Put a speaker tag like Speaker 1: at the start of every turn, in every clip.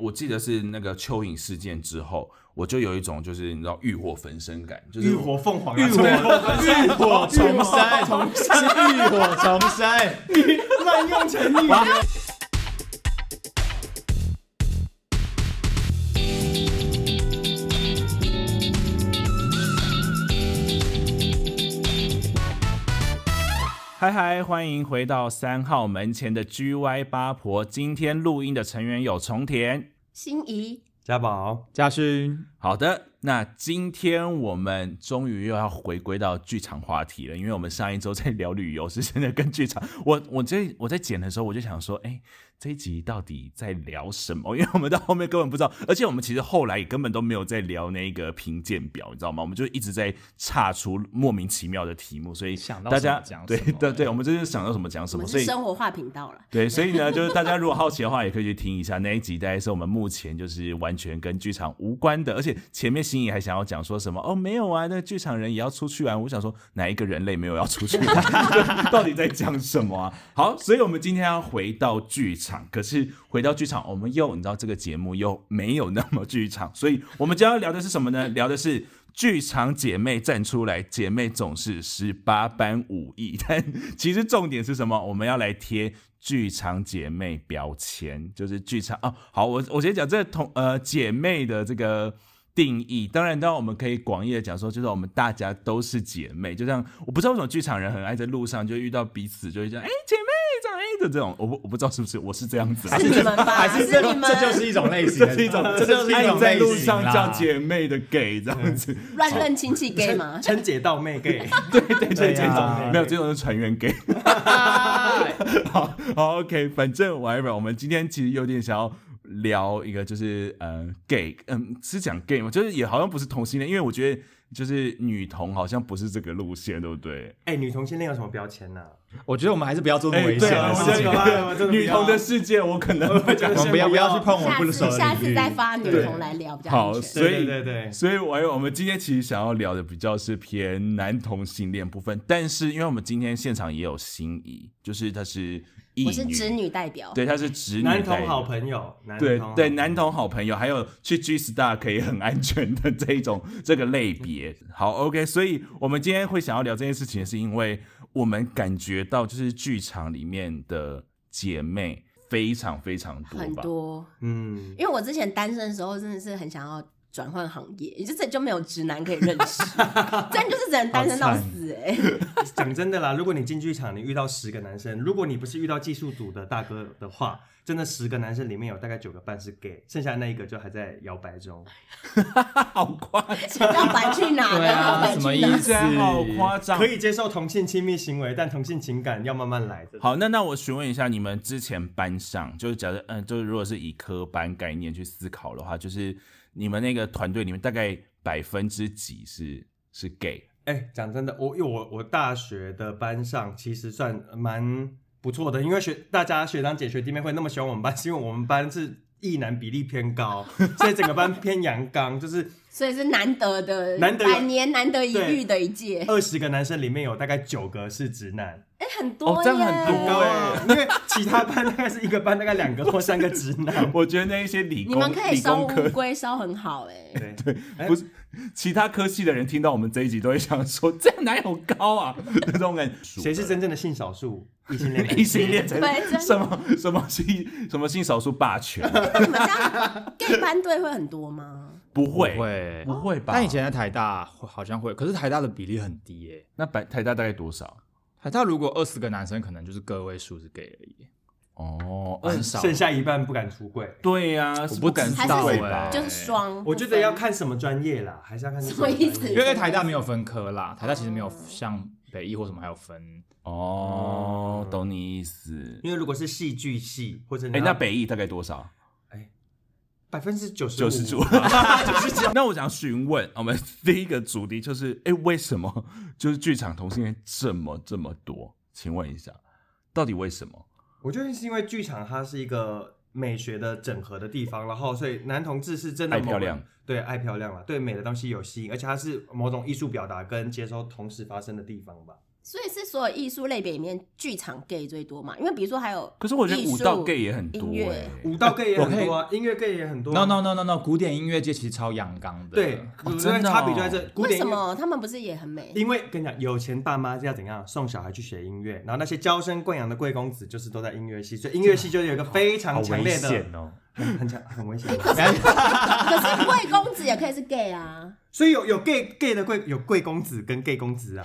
Speaker 1: 我记得是那个蚯蚓事件之后，我就有一种就是你知道欲火焚身感，就是
Speaker 2: 浴火凤凰啊，
Speaker 3: 浴火浴火重
Speaker 2: 山
Speaker 3: 生，是浴火重生。
Speaker 2: 滥用成语。
Speaker 1: 嗨嗨，欢迎回到三号门前的 GY 八婆。今天录音的成员有重田。
Speaker 4: 心仪
Speaker 3: 家宝、家勋，
Speaker 1: 好的，那今天我们终于又要回归到剧场话题了，因为我们上一周在聊旅游，是真的跟剧场。我 我这我在剪的时候，我就想说，哎，这一集到底在聊什么？因为我们到后面根本不知道，而且我们其实后来也根本都没有在聊那个评鉴表，你知道吗？我们就一直在岔出莫名其妙的题目，所以
Speaker 3: 想到
Speaker 1: 大
Speaker 3: 什么
Speaker 1: 家
Speaker 3: 讲
Speaker 1: 对
Speaker 3: 什么
Speaker 1: 对对，我们就是想到什么讲什
Speaker 4: 我
Speaker 1: 么，
Speaker 4: 们
Speaker 1: 所
Speaker 4: 是
Speaker 1: 以
Speaker 4: 生活化频道了，
Speaker 1: 对，所以呢，就是大家如果好奇的话，也可以去听一下那一集，大概是我们目前就是完全跟剧场无关的，而且前面心仪还想要讲说什么哦，没有啊，那剧场人也要出去玩。我想说哪一个人类没有要出去 玩？到底在讲什么啊？好，所以我们今天要回到剧场，可是回到剧场，我们又你知道这个节目又没有那么剧场，所以我们今天要聊的是什么呢？聊的是。剧场姐妹站出来，姐妹总是十八般武艺，但其实重点是什么？我们要来贴剧场姐妹标签，就是剧场哦。好，我我先讲这同呃姐妹的这个。定义当然，当然我们可以广义的讲说，就是我们大家都是姐妹。就像我不知道为什么剧场人很爱在路上就遇到彼此，就会讲哎、姐妹长哎的这种，我不我不知道是不是我是这样子啊，
Speaker 4: 是你们吧？
Speaker 3: 还
Speaker 4: 是
Speaker 3: 是这
Speaker 4: 你们
Speaker 3: 这就是一种类型，
Speaker 1: 这是一种
Speaker 3: 这就是一
Speaker 1: 爱
Speaker 3: 种
Speaker 1: 在
Speaker 3: 类型啊
Speaker 1: 路上
Speaker 3: 啦
Speaker 1: 叫姐妹的 gay 这样子。
Speaker 4: 乱认亲戚 gay 吗？
Speaker 2: 称姐到妹 gay，
Speaker 1: 对对，
Speaker 3: 对
Speaker 1: 这种
Speaker 3: 啊
Speaker 1: 没有这种是船员给。好好，OK，反正 whatever，我们今天其实有点想要。聊一个就是呃 gay，嗯，是讲 gay 吗？就是也好像不是同性恋，因为我觉得就是女同好像不是这个路线，对不对？
Speaker 2: 哎，女同性恋有什么标签呢？
Speaker 3: 我觉得我们还是不要做那么危
Speaker 1: 对
Speaker 3: 险
Speaker 1: 啊，
Speaker 3: 的
Speaker 1: 我
Speaker 3: 事
Speaker 1: 这
Speaker 3: 情
Speaker 2: 这。个
Speaker 1: 个
Speaker 2: 我真的不
Speaker 1: 女
Speaker 2: 要
Speaker 1: 同的啊世界，我可能会讲
Speaker 3: 我们不要不要去碰我们
Speaker 4: 下
Speaker 3: 不熟
Speaker 4: 次
Speaker 3: 的
Speaker 4: 下
Speaker 3: 领
Speaker 4: 次
Speaker 3: 域。
Speaker 4: 再发女同来聊比较
Speaker 1: 好，
Speaker 4: 安全。
Speaker 1: 所以
Speaker 2: 对对对对
Speaker 1: 所以我我们今天其实想要聊的比较是偏男同性恋部分，但是因为我们今天现场也有心仪，就是她是异
Speaker 4: 我是直
Speaker 1: 女，
Speaker 4: 女哦代表，
Speaker 1: 对，她是直女
Speaker 2: 男
Speaker 1: 代
Speaker 2: 同
Speaker 1: 表
Speaker 2: 好朋友，男
Speaker 1: 对
Speaker 2: 同好
Speaker 1: 对，男同好朋友，还有去 G Star 可以很安全的这一种这个类别。好，OK，所以我们今天会想要聊这件事情，是因为我们感觉到就是剧场里面的姐妹非常非常多
Speaker 4: 很
Speaker 1: 吧。
Speaker 4: 多。
Speaker 2: 嗯，
Speaker 4: 因为我之前单身的时候，真的是很想要转换行业，也就这就没有直男可以认识，真的就是只能单身到死哎、
Speaker 2: 讲真的啦，如果你进剧场，你遇到十个男生，如果你不是遇到技术组的大哥的话，真的十个男生里面有大概九个半是 gay，剩下那一个就还在摇摆中。
Speaker 1: 好夸张，
Speaker 4: 要白去哪呢？
Speaker 3: 对啊
Speaker 4: 要白
Speaker 3: 什么
Speaker 4: 去
Speaker 3: 意
Speaker 4: 哪？
Speaker 3: 思
Speaker 1: 虽然好夸张
Speaker 2: 可。以接受同性亲密行为，但同性情感要慢慢来的。
Speaker 1: 好，那那我询问一下，你们之前班上，就是假设，嗯、就是如果是以科班概念去思考的话，就是你们那个团队里面大概百分之几是是 gay？
Speaker 2: 哎、讲真的，我因为我我大学的班上其实算蛮不错的，因为学大家学长姐学弟妹会那么喜欢我们班，是因为我们班是异男比例偏高，所以整个班偏阳刚，就是
Speaker 4: 所以是难得的，
Speaker 2: 难得有
Speaker 4: 百年难得一遇的一届，
Speaker 2: 二十个男生里面有大概九个是直男，
Speaker 4: 哎、很多耶、
Speaker 1: 哦这样很多。
Speaker 2: 很高哎、因为其他班大概是一个班大概两个或三个直男
Speaker 1: 我觉得那一些理
Speaker 4: 你
Speaker 1: 工
Speaker 4: 们可以
Speaker 1: 理
Speaker 4: 烧
Speaker 1: 工科
Speaker 4: 乌龟烧很好哎、
Speaker 2: 对，哎
Speaker 1: 不是其他科系的人听到我们这一集都会想说， 这样哪有高 啊？那种感觉。？
Speaker 2: 谁是真正的性少数？异性恋
Speaker 1: 异性恋才
Speaker 4: 对真的
Speaker 1: 什么什么性什么性少数霸权？
Speaker 4: 你们这样 gay 班队会很多吗？
Speaker 1: 不会
Speaker 3: 不会
Speaker 1: 不会吧？
Speaker 3: 但以前在台大会好像会，可是台大的比例很低耶。
Speaker 1: 那白台大大概多少？
Speaker 3: 台大如果二十个男生，可能就是个位数是 gay 而已，
Speaker 1: 哦，
Speaker 3: 很少。
Speaker 2: 剩下一半不敢出柜。
Speaker 1: 对呀、是
Speaker 3: 不
Speaker 1: 敢
Speaker 3: 知
Speaker 4: 还
Speaker 1: 出
Speaker 4: 是
Speaker 3: 道
Speaker 1: 轨
Speaker 3: 欸
Speaker 1: 吧？
Speaker 4: 就是双？
Speaker 2: 我觉得要看什么专业啦，还是要看是
Speaker 4: 什么意思
Speaker 2: 专业
Speaker 3: 因为在台大没有分科啦，台大其实没有像北艺或什么还有分。嗯
Speaker 1: 哦，懂你意思。
Speaker 2: 因为如果是戏剧系或者
Speaker 1: 哎、那北艺大概多
Speaker 3: 哦
Speaker 1: 少？
Speaker 2: 百分之九十
Speaker 1: 九 十九。那我想询问，我们第一个主题就是，哎、为什么就是剧场同性恋这么这么多？请问一下，到底为什么？
Speaker 2: 我觉得是因为剧场它是一个美学的整合的地方，然后所以男同志是真的
Speaker 1: 爱
Speaker 2: 某
Speaker 1: 漂亮，
Speaker 2: 对爱漂亮了，对美的东西有吸引，而且它是某种艺术表达跟接收同时发生的地方吧。
Speaker 4: 所以是所有艺术类别里面，剧场 gay 最多嘛？因为比如说还有，
Speaker 1: 可是我觉得舞
Speaker 4: 艺
Speaker 1: 蹈
Speaker 4: 术
Speaker 1: gay 也很多
Speaker 4: 音乐
Speaker 1: 哎、
Speaker 2: 舞蹈 gay 也很多啊，音乐 gay 也很多
Speaker 3: No
Speaker 2: 啊。
Speaker 3: no no no no，古典音乐界其实超阳刚的。
Speaker 2: 对，
Speaker 1: 哦
Speaker 2: 我觉得
Speaker 1: 真的哦
Speaker 2: 差别就在这。古
Speaker 4: 为
Speaker 2: 典
Speaker 4: 什
Speaker 2: 音乐，
Speaker 4: 么他们不是也很美？
Speaker 2: 因为 跟你讲，有钱爸妈要怎样送小孩去学音乐，然后那些娇生惯养的贵公子就是都在音乐系，所以音乐系就有一个非
Speaker 1: 好
Speaker 2: 常强
Speaker 1: 危
Speaker 2: 烈的，
Speaker 1: 险哦！
Speaker 2: 很很强很危险。
Speaker 4: 可是贵公子也可以是 gay 啊，
Speaker 2: 所以有有 gay gay 的贵有贵公子跟 gay 公 子啊，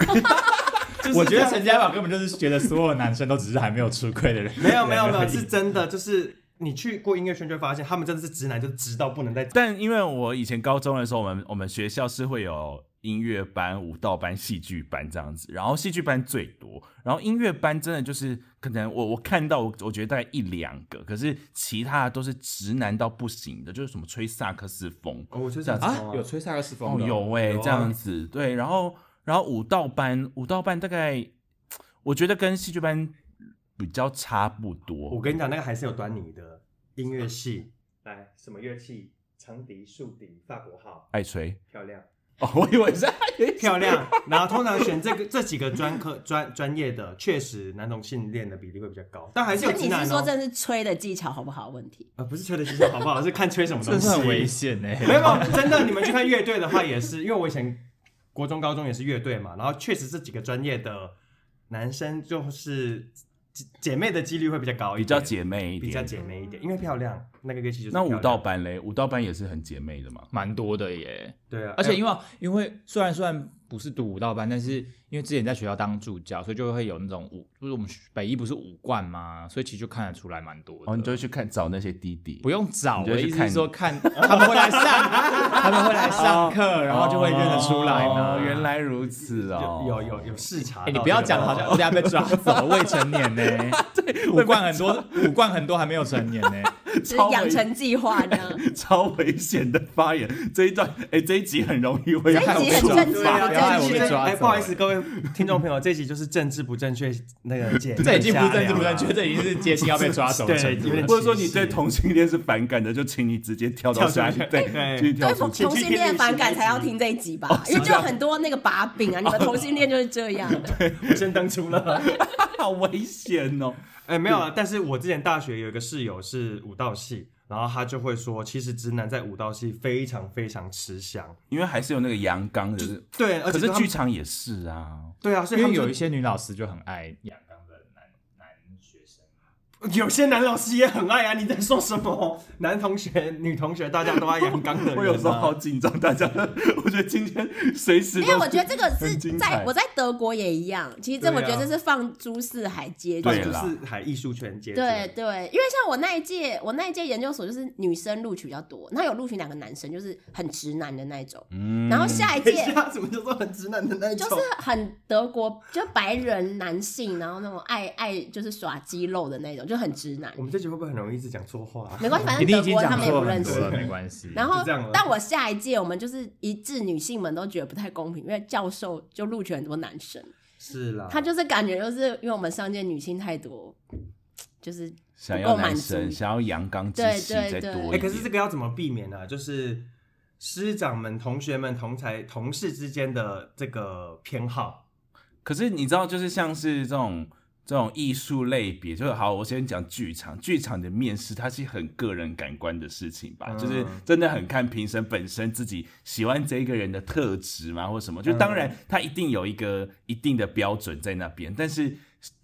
Speaker 3: 我觉得陈家宝根本就是觉得所有男生都只是还没有出柜的人。
Speaker 2: 没有没有没有，是真的，就是你去过音乐圈就会发现，他们真的是直男，就直到不能再直。
Speaker 1: 但因为我以前高中的时候，我们我们学校是会有嗯音乐班、舞蹈班、戏剧班这样子，然后戏剧班最多，然后音乐班真的就是可能我我看到我我觉得大概一两个，可是其他的都是直男到不行的，就是什么吹萨克斯风，
Speaker 2: 哦，我就
Speaker 1: 这
Speaker 2: 想
Speaker 1: 样子
Speaker 3: 啊，有吹萨克斯风
Speaker 1: 哦，
Speaker 3: 的，
Speaker 1: 有哎、
Speaker 2: 有啊
Speaker 1: 这样子对，然后然后舞蹈班舞蹈班大概我觉得跟戏剧班比较差不
Speaker 2: 我
Speaker 1: 多，
Speaker 2: 跟你讲，那个还是有端倪的。音乐系，来什么乐器？长笛、竖笛、法国号，
Speaker 1: 爱吹
Speaker 2: 漂亮，
Speaker 1: 哦，我以为是
Speaker 2: 漂亮。然后通常选这个这几个专科专专业的，确实男同性恋的比例会比较高，但还是
Speaker 4: 所
Speaker 2: 有
Speaker 4: 以
Speaker 2: 直
Speaker 4: 你
Speaker 2: 男
Speaker 4: 是说
Speaker 2: 哦。
Speaker 4: 这是吹的技巧好不好？问题
Speaker 2: 呃，不是吹的技巧好不好，是看吹什么东
Speaker 3: 这
Speaker 2: 西。
Speaker 3: 是很危险 哎、
Speaker 2: 没有，没有真的，你们去看乐队的话也是，因 为我以前国中、高中也是乐队嘛，然后确实这几个专业的男生就是姐姐妹的几率会比较高一
Speaker 1: 比
Speaker 2: 点，
Speaker 1: 较姐妹一
Speaker 2: 比较
Speaker 1: 点。
Speaker 2: 姐妹一点，因为漂亮，那个乐器就是
Speaker 1: 那
Speaker 2: 漂
Speaker 1: 舞
Speaker 2: 亮
Speaker 1: 蹈班嘞，舞蹈班也是很姐妹的嘛。
Speaker 3: 蛮多的耶。
Speaker 2: 对啊，
Speaker 3: 而且
Speaker 2: 为
Speaker 3: 因为因为虽然虽然不是读舞蹈班，但是因为之前在学校当助教，所以就会有那种舞，就是我们北一不是舞冠嘛，所以其实就看得出来蛮多的。
Speaker 1: 哦，你就会去看找那些弟弟
Speaker 3: 不。用找，
Speaker 1: 你就
Speaker 3: 我的
Speaker 1: 去
Speaker 3: 意思
Speaker 1: 看
Speaker 3: 是说看他们会来上，他们会来上课，然后就会认得出来呢。
Speaker 1: 哦原。来如此哦，
Speaker 2: 哎有有有视察到
Speaker 3: 哎、
Speaker 2: 这个、
Speaker 3: 你不要讲，好像我等下被抓走了，未成年呢、 五冠很多，五冠很多还没有成年呢、
Speaker 4: 就是养成计划 这样。
Speaker 1: 超危险的发言。这一段，哎，这一集很容易会
Speaker 4: 这一
Speaker 1: 害我
Speaker 4: 集
Speaker 1: 被
Speaker 4: 很
Speaker 1: 抓
Speaker 4: 正
Speaker 2: 对
Speaker 4: 常
Speaker 2: 啊，
Speaker 4: 的
Speaker 3: 不要害
Speaker 4: 正
Speaker 3: 我
Speaker 4: 确
Speaker 3: 被抓
Speaker 2: 哎，
Speaker 3: 走
Speaker 2: 不好意思，各位听众朋友，这集就是政治不正确那个解，
Speaker 3: 这已经不是政治不
Speaker 2: 正
Speaker 3: 正
Speaker 1: 啊
Speaker 3: 确，这已经是接近要被抓走的程度
Speaker 2: 对因为
Speaker 3: 了。
Speaker 1: 或者说你对同性恋是反感的，就请你直接跳到下一
Speaker 2: 跳出去
Speaker 1: 对，
Speaker 2: 对
Speaker 1: 继续跳
Speaker 4: 对
Speaker 1: 出
Speaker 4: 同
Speaker 1: 去。
Speaker 4: 同性恋反感才要听这 一集
Speaker 1: 哦
Speaker 4: 吧，因为就有很多那个把柄啊，你们同性恋就是 这样。
Speaker 2: 确，我先登出了。
Speaker 1: 好危险哦！
Speaker 2: 哎、没有啊，但是我之前大学有一个室友是舞蹈系，然后他就会说，其实直男在舞蹈系非常非常吃香。
Speaker 1: 因为还是有那个阳刚的，
Speaker 2: 对，而
Speaker 1: 可
Speaker 2: 且
Speaker 1: 是
Speaker 2: 他们
Speaker 1: 剧场也是啊。
Speaker 2: 对啊，所以
Speaker 3: 因
Speaker 2: 他
Speaker 3: 为
Speaker 2: 们
Speaker 3: 有
Speaker 2: 有
Speaker 3: 一些女老师就很爱
Speaker 4: 嗯
Speaker 3: 阳刚的男男学生，
Speaker 2: 有些男老师也很爱啊。你在说什么？男同学、女同学，大家都爱阳刚的人、啊。
Speaker 1: 我有时候好紧张，大家， 我觉得今天随时
Speaker 4: 因
Speaker 1: 都
Speaker 4: 为我觉得这个
Speaker 1: 很
Speaker 4: 是
Speaker 1: 精
Speaker 4: 在
Speaker 1: 彩
Speaker 4: 我在德国也一样，其实这
Speaker 2: 对啊
Speaker 4: 我觉得这是放诸四海皆
Speaker 1: 对
Speaker 4: 准。
Speaker 2: 就
Speaker 1: 啦
Speaker 2: 是海艺术圈接触
Speaker 4: 对对，因为像我那一届，我那一届研究所就是女生录取比较多，然后有录取两个男生，就是很直男的那一种。
Speaker 1: 嗯
Speaker 4: 然后下一
Speaker 2: 等一
Speaker 4: 届
Speaker 2: 哎下怎么就说很直男的那一
Speaker 4: 就
Speaker 2: 种？
Speaker 4: 是很德国，就白人男性，然后那种爱爱就是耍肌肉的那种，就很直 男
Speaker 2: 我。们这集会不会很容易一直讲错话、啊？
Speaker 4: 没关系，反
Speaker 3: 一
Speaker 4: 正
Speaker 3: 定已
Speaker 4: 德
Speaker 3: 经
Speaker 4: 国他
Speaker 3: 讲
Speaker 4: 们也
Speaker 3: 错
Speaker 4: 不
Speaker 3: 很
Speaker 4: 认
Speaker 3: 多
Speaker 4: 识。
Speaker 3: 了，没关系。
Speaker 4: 然后
Speaker 2: 就这样了，
Speaker 4: 但我下一届我们就是一致女性们都觉得不太公平，因为教授就录取很多男生，
Speaker 2: 是啦，
Speaker 4: 他就是感觉就是因为我们上届女性太多，就是
Speaker 1: 想
Speaker 4: 不
Speaker 1: 要
Speaker 4: 够
Speaker 1: 男
Speaker 4: 满
Speaker 1: 生，
Speaker 4: 足。
Speaker 1: 想要阳刚之气再
Speaker 4: 对对
Speaker 1: 多
Speaker 4: 对
Speaker 1: 一
Speaker 2: 哎、
Speaker 1: 点。
Speaker 2: 可是这个要怎么避免呢、就是师长们、同学们、同才、同事之间的这个偏好，
Speaker 1: 可是你知道，就是像是这种这种艺术类别，就是好，我先讲剧场，剧场的面试它是很个人感官的事情吧，
Speaker 2: 嗯
Speaker 1: 就是真的很看评审本身自己喜欢这个人的特质嘛，或什么。就
Speaker 2: 嗯
Speaker 1: 当然，他一定有一个一定的标准在那边，但是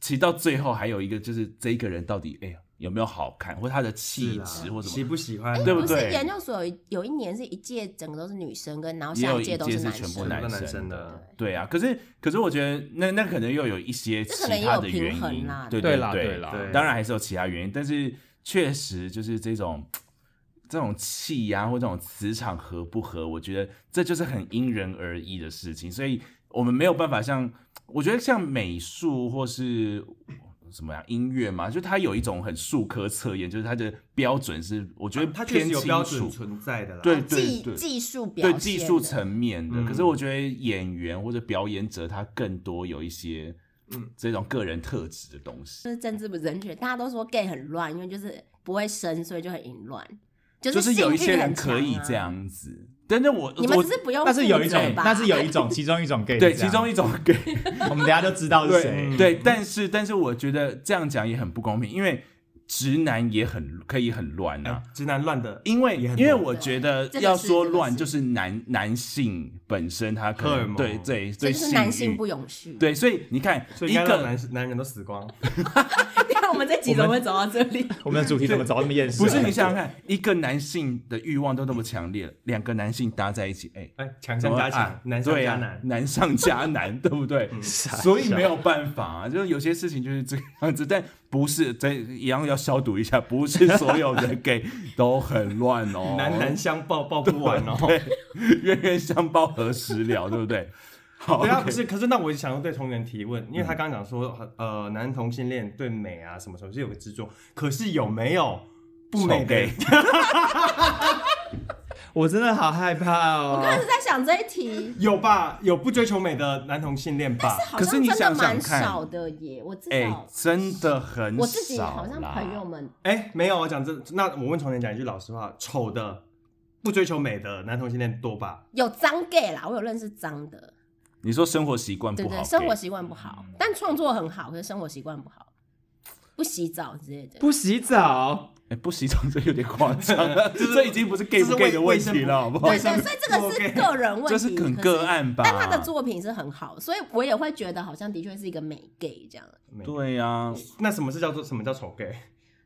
Speaker 1: 其实到最后还有一个就是这一个人到底哎呀有没有好看，或他的气
Speaker 2: 啊
Speaker 1: 质或什
Speaker 2: 喜
Speaker 1: 么。哎
Speaker 2: 不喜欢啊，
Speaker 1: 对不
Speaker 4: 不
Speaker 1: 对
Speaker 4: 是研究所有一有一年是一届整个都是女生跟，然后
Speaker 1: 也
Speaker 4: 下
Speaker 1: 有
Speaker 4: 一
Speaker 1: 一
Speaker 4: 届都
Speaker 1: 届是
Speaker 4: 男
Speaker 1: 全部
Speaker 4: 生。
Speaker 2: 男
Speaker 1: 男
Speaker 2: 生
Speaker 1: 生
Speaker 2: 的
Speaker 1: 的，对啊。可是可是我觉得那那可能又有一些
Speaker 4: 这
Speaker 1: 其
Speaker 4: 可能也
Speaker 1: 他
Speaker 4: 有
Speaker 1: 的
Speaker 4: 平
Speaker 1: 原
Speaker 4: 衡
Speaker 1: 因
Speaker 4: 啦，
Speaker 1: 对
Speaker 3: 对啦
Speaker 1: 啦
Speaker 3: 对
Speaker 1: 啦
Speaker 3: 啦，
Speaker 2: 对
Speaker 1: 当然还是有其他原因，但是确实就是这种这种气呀、或这种磁场合不合，我觉得这就是很因人而异的事情，所以我们没有办法像我觉得像美术或是。什么呀？音乐嘛，就它有一种很术科测验，就是它的标准是，我觉得
Speaker 2: 他啊确
Speaker 1: 偏
Speaker 2: 实有
Speaker 1: 清
Speaker 2: 标
Speaker 1: 楚
Speaker 2: 准，存在的啦。
Speaker 1: 对对
Speaker 4: 技
Speaker 1: 对，
Speaker 4: 技术表
Speaker 1: 对
Speaker 4: 现
Speaker 1: 技术
Speaker 4: 的
Speaker 1: 层面的。
Speaker 2: 嗯
Speaker 1: 可是我觉得演员或者表演者，他更多有一些嗯这种个人特质的东西。
Speaker 4: 就是政治不正确，大家都说 gay 很乱，因为就是不会生，所以就很淫乱，就
Speaker 1: 就是是有一
Speaker 4: 性
Speaker 1: 些
Speaker 4: 欲
Speaker 1: 人
Speaker 4: 很强
Speaker 1: 可以
Speaker 4: 啊
Speaker 1: 这。样子，但是我
Speaker 4: 你们
Speaker 1: 我
Speaker 4: 只是不用
Speaker 3: 那是有一
Speaker 4: 负责
Speaker 3: 种，
Speaker 4: 吧
Speaker 3: 那是有一种，其中一种 gay
Speaker 1: 对
Speaker 3: 是这
Speaker 1: 其
Speaker 3: 样
Speaker 1: 中一种给
Speaker 3: 我们等一下就知道是谁。
Speaker 2: 嗯
Speaker 1: 对，但是但是我觉得这样讲也很不公平，因为直男也很可以很乱啊。
Speaker 2: 哎直男乱的
Speaker 1: 因为
Speaker 2: 也很
Speaker 1: 因为
Speaker 2: 乱
Speaker 1: 我觉得
Speaker 4: 这个
Speaker 1: 要
Speaker 4: 是
Speaker 1: 说
Speaker 4: 这个
Speaker 1: 乱，
Speaker 4: 是
Speaker 1: 就是男男性本身他可
Speaker 2: 荷尔
Speaker 1: 能
Speaker 2: 蒙
Speaker 1: 对对
Speaker 4: 这
Speaker 1: 对
Speaker 4: 就是男
Speaker 1: 性
Speaker 4: 性
Speaker 1: 欲
Speaker 4: 不永续。，
Speaker 1: 对，所以你看
Speaker 2: 所以
Speaker 1: 一
Speaker 2: 应该让
Speaker 1: 个
Speaker 2: 男男人都死光。
Speaker 4: 你看我们这集怎么会走到这 里？
Speaker 3: 我们的主题怎么找到那么厌
Speaker 2: 啊
Speaker 3: 世？
Speaker 1: 不是你想想看，一个男性的欲望都那么强烈了，两个男性搭在一起，哎。
Speaker 2: 哎，强
Speaker 1: 怎
Speaker 2: 上
Speaker 1: 么
Speaker 2: 加强
Speaker 1: 啊，
Speaker 2: 男上
Speaker 1: 对
Speaker 2: 加
Speaker 1: 呀，
Speaker 2: 男。嗯
Speaker 1: 难上加难， 对不对？所以没有办法啊，就是有些事情就是这个样子，但不是这一样要消毒一下，不是所有的 gay 都很乱哦，
Speaker 2: 男男相抱抱不完哦。
Speaker 1: 冤冤相报何时了，对不 对？嗯好，
Speaker 2: 对啊，
Speaker 1: OK
Speaker 2: 不是，可是那我想要对同人提问，因为他刚刚讲说，呃，男同性恋对美啊什么什么是有个执着，可是有没有不美
Speaker 1: 丑
Speaker 2: 的
Speaker 1: gay？
Speaker 3: 我真的好害怕
Speaker 4: 我刚才
Speaker 3: 哦。
Speaker 4: 是在想这一题，
Speaker 2: 有吧？有不追求美的男同性恋吧？
Speaker 4: 好
Speaker 1: 可
Speaker 4: 像
Speaker 1: 是
Speaker 4: 真
Speaker 1: 你
Speaker 4: 的
Speaker 1: 想想
Speaker 4: 蛮
Speaker 1: 看
Speaker 4: 少的耶。我至
Speaker 1: 哎、
Speaker 4: 少
Speaker 1: 真的很少
Speaker 4: 我自己好像朋友
Speaker 1: 啦
Speaker 4: 们
Speaker 2: 哎、没有，我讲这，那我问重点讲一句老实话，丑的不追求美的男同性恋多吧？
Speaker 4: 有脏 gay 啦，我有认识脏的，
Speaker 1: 你说生活习惯
Speaker 4: 对
Speaker 1: 不好嗯
Speaker 4: 对，
Speaker 1: 给，
Speaker 4: 生活习惯不好，但创作很好，可是生活习惯不好，不洗澡之类的。
Speaker 3: 不洗澡，
Speaker 1: 哎、不洗澡这有点夸张了，
Speaker 2: 这是
Speaker 1: 这已经不是 gay
Speaker 2: 这
Speaker 1: 不
Speaker 2: 是
Speaker 1: gay 的问
Speaker 2: 卫卫生
Speaker 1: 题
Speaker 2: 不
Speaker 1: 了，好不好？
Speaker 4: 对对，所以这个是个人问题，
Speaker 1: 这是很
Speaker 4: 可
Speaker 1: 个案吧？
Speaker 4: 但他的作品是很好，所以我也会觉得好像的确是一个美 gay 这样。
Speaker 1: 对呀、
Speaker 2: 那什么是叫做什么叫丑 gay？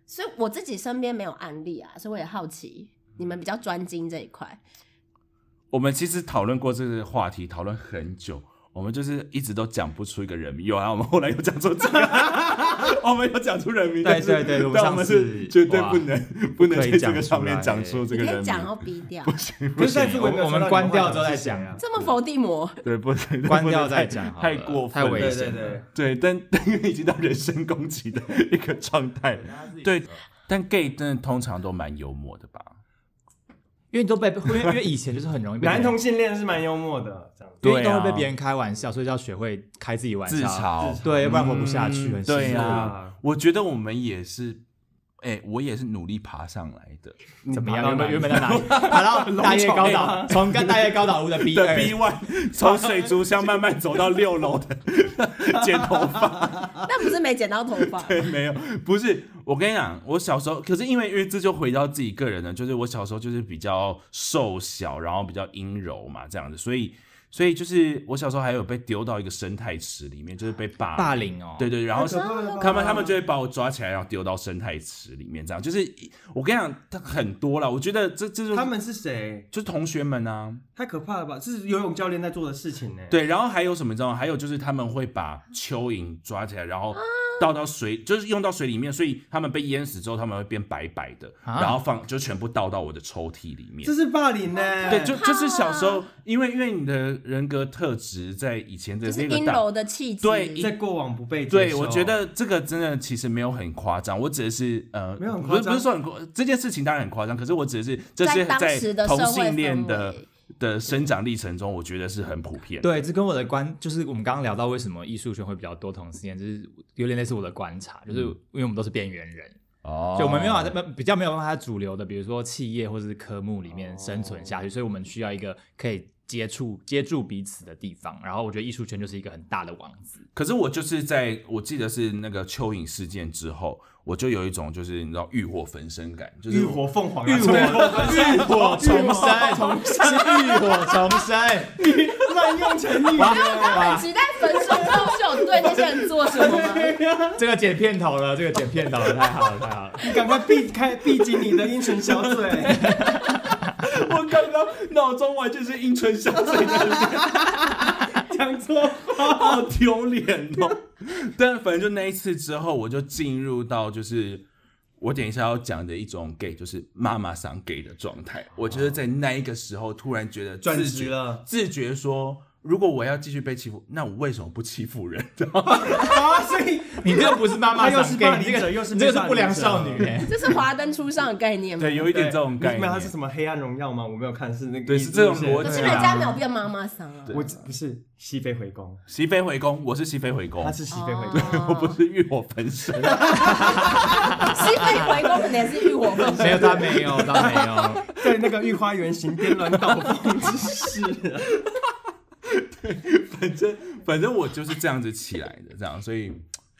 Speaker 4: 所以我自己身边没有案例啊，所以我也好奇你们比较专精这一块。
Speaker 1: 我们其实讨论过这个话题，讨论很久。我们就是一直都讲不出一个人名，有啊，我们后来又讲出这个， 我们有讲出人名，
Speaker 3: 对
Speaker 1: 但是
Speaker 3: 对对我们
Speaker 1: 但
Speaker 3: 上
Speaker 1: 我们
Speaker 3: 次
Speaker 1: 是绝对
Speaker 3: 哇
Speaker 1: 不能不能
Speaker 3: 可以
Speaker 1: 在这
Speaker 3: 讲
Speaker 1: 个
Speaker 3: 出
Speaker 1: 上面
Speaker 3: 来
Speaker 1: 讲出这
Speaker 4: 你
Speaker 1: 个
Speaker 4: 可
Speaker 1: 人
Speaker 4: 以讲哦
Speaker 1: 名，
Speaker 4: 要逼掉，
Speaker 2: 可是上次我也没有
Speaker 3: 我们
Speaker 2: 收到你
Speaker 3: 关
Speaker 2: 话
Speaker 3: 掉
Speaker 2: 讲
Speaker 3: 之后
Speaker 2: 是
Speaker 3: 再
Speaker 2: 谁
Speaker 3: 讲
Speaker 2: 啊。
Speaker 4: 这么佛地魔，
Speaker 1: 对，不能
Speaker 3: 关
Speaker 1: 不能
Speaker 3: 掉
Speaker 1: 太
Speaker 3: 再讲好
Speaker 1: 太
Speaker 3: 了
Speaker 1: 过
Speaker 3: 太
Speaker 1: 分
Speaker 3: 危
Speaker 1: 了
Speaker 2: 对
Speaker 3: 险
Speaker 2: 对
Speaker 3: 了
Speaker 1: 对，
Speaker 2: 对，
Speaker 1: 但但因为已经到人身攻击的一个状态了。对，但 gay 真的通常都蛮幽默的吧？
Speaker 3: 因为都被，因为因为以前就是很容易被
Speaker 2: 男同性恋是蛮幽默的，这样
Speaker 3: 因为
Speaker 1: 对
Speaker 3: 都
Speaker 1: 啊
Speaker 3: 会被别人开玩笑，所以就要学会开自己玩笑，
Speaker 1: 自嘲，
Speaker 3: 对，要不然活不下去，
Speaker 2: 嗯
Speaker 3: 很辛苦
Speaker 1: 对呀、
Speaker 2: 啊
Speaker 1: 我觉得我们也是，哎、我也是努力爬上来的。
Speaker 3: 怎么
Speaker 2: 爬
Speaker 3: 样？原
Speaker 2: 到哪
Speaker 3: 本
Speaker 2: 里
Speaker 3: 原本 在哪里？爬到大叶 高岛，从跟大叶高岛屋的 B
Speaker 1: 的
Speaker 3: 二
Speaker 1: B one 从水族箱慢慢走到六楼的剪头发，
Speaker 4: 但不是没剪到头发，
Speaker 1: 没有，不是。我跟你讲，我小时候，可是因为因为这就回到自己个人了，就是我小时候就是比较瘦小，然后比较阴柔嘛，这样子，所以所以就是我小时候还有被丢到一个生态池里面，就是被霸
Speaker 3: 霸凌哦，
Speaker 1: 对对，然后是
Speaker 4: 啊
Speaker 2: 太可怕了吧
Speaker 1: 他们他们就会把我抓起来，然后丢到生态池里面，这样就是我跟你讲，他很多了，我觉得这这就是
Speaker 2: 他们是谁？
Speaker 1: 就是同学们啊，
Speaker 2: 太可怕了吧！这是游泳教练在做的事情呢、，
Speaker 1: 对，然后还有什么你知道吗？还有就是他们会把蚯蚓抓起来，然后倒到水，就是用到水里面，所以他们被淹死之后，他们会变白白的，
Speaker 3: 啊
Speaker 1: 然后放就全部倒到我的抽屉里面
Speaker 2: 这。是霸凌呢、
Speaker 1: 对，就就是小时候，因为因为你的人格特质在以前的
Speaker 4: 就是
Speaker 1: 那个
Speaker 4: 阴
Speaker 1: 大
Speaker 4: 柔的气质。
Speaker 1: 对
Speaker 2: 在过往不被接受
Speaker 1: 对，我觉得这个真的其实没有很夸张，我只是呃，
Speaker 2: 没有很
Speaker 1: 不是
Speaker 2: 夸张
Speaker 1: 不是说很夸，这件事情当然很夸张，可是我只是这
Speaker 4: 在
Speaker 1: 是
Speaker 4: 当
Speaker 1: 在
Speaker 4: 时的社
Speaker 1: 同
Speaker 4: 会
Speaker 1: 性恋
Speaker 4: 氛
Speaker 1: 的
Speaker 4: 围
Speaker 1: 的生长历程中，我觉得是很普遍。
Speaker 3: 对，这跟我的观就是我们刚刚聊到为什么艺术圈会比较多同性恋，就是有点类似我的观察，就是因为我们都是边缘人，
Speaker 1: 哦
Speaker 3: 就我们没有
Speaker 2: 啊
Speaker 3: 办法在比较没有办法在主流的，比如说企业或者是科目里面生存下去，所以我们需要一个可以接触接触彼此的地方。然后我觉得艺术圈就是一个很大的网子，
Speaker 1: 可是我就是在我记得是那个蚯蚓事件之后，我就有一种就是你知道浴火焚身感，就是
Speaker 2: 浴火凤凰、啊，
Speaker 3: 浴火浴火重生，重生是浴火重生，
Speaker 2: 滥用成语，
Speaker 3: 哇
Speaker 4: 很
Speaker 3: 哇！
Speaker 4: 期待粉手脱手对那些人做什么吗？
Speaker 3: 这个剪片头了，这个剪片头了，太好了，太好了。
Speaker 2: 你赶快闭开闭紧你的阴唇小 嘴。
Speaker 1: 我刚刚脑中完全是阴唇香水的，
Speaker 2: 讲错，
Speaker 1: 好丢脸哦。但反正就那一次之后，我就进入到就是我等一下要讲的一种 gay，就是妈妈桑 gay 的状态。我觉得在那一个时候，突然觉得自
Speaker 2: 转
Speaker 1: 觉
Speaker 2: 职了
Speaker 1: 自觉说如果我要继续被欺负，那我为什么不欺负人？
Speaker 2: 啊，所以
Speaker 3: 你这个不是妈妈
Speaker 2: 他又
Speaker 3: 桑
Speaker 2: 是
Speaker 3: gay，
Speaker 2: 霸
Speaker 3: 你
Speaker 2: 凌
Speaker 3: 这
Speaker 2: 者
Speaker 3: 个
Speaker 2: 又是
Speaker 3: 你这个
Speaker 2: 被
Speaker 3: 是
Speaker 2: 霸
Speaker 3: 不良
Speaker 2: 凌者
Speaker 3: 少女哎。
Speaker 4: 这是华灯初上的概念 吗？
Speaker 1: 对，有一点这种概
Speaker 2: 没有，他
Speaker 1: 念
Speaker 2: 是。什么黑暗荣耀吗？我没有看，是那个
Speaker 1: 对是这种
Speaker 2: 路线
Speaker 1: 逻辑
Speaker 4: 可是
Speaker 1: 对啊
Speaker 4: 人家没有变妈妈桑啊。
Speaker 2: 我不是熹妃回宫，
Speaker 1: 熹妃回宫，我是熹妃回宫
Speaker 2: 他，是熹妃回宫。
Speaker 4: 哦
Speaker 1: 我不是欲火焚身。
Speaker 4: 熹妃回宫可能也是欲火焚
Speaker 3: 没有，
Speaker 4: 身。
Speaker 3: 他没有，他没有。
Speaker 2: 对那个御花园行颠鸾倒凤之事啊，
Speaker 1: 反正反正我就是这样子起来的，这样，所以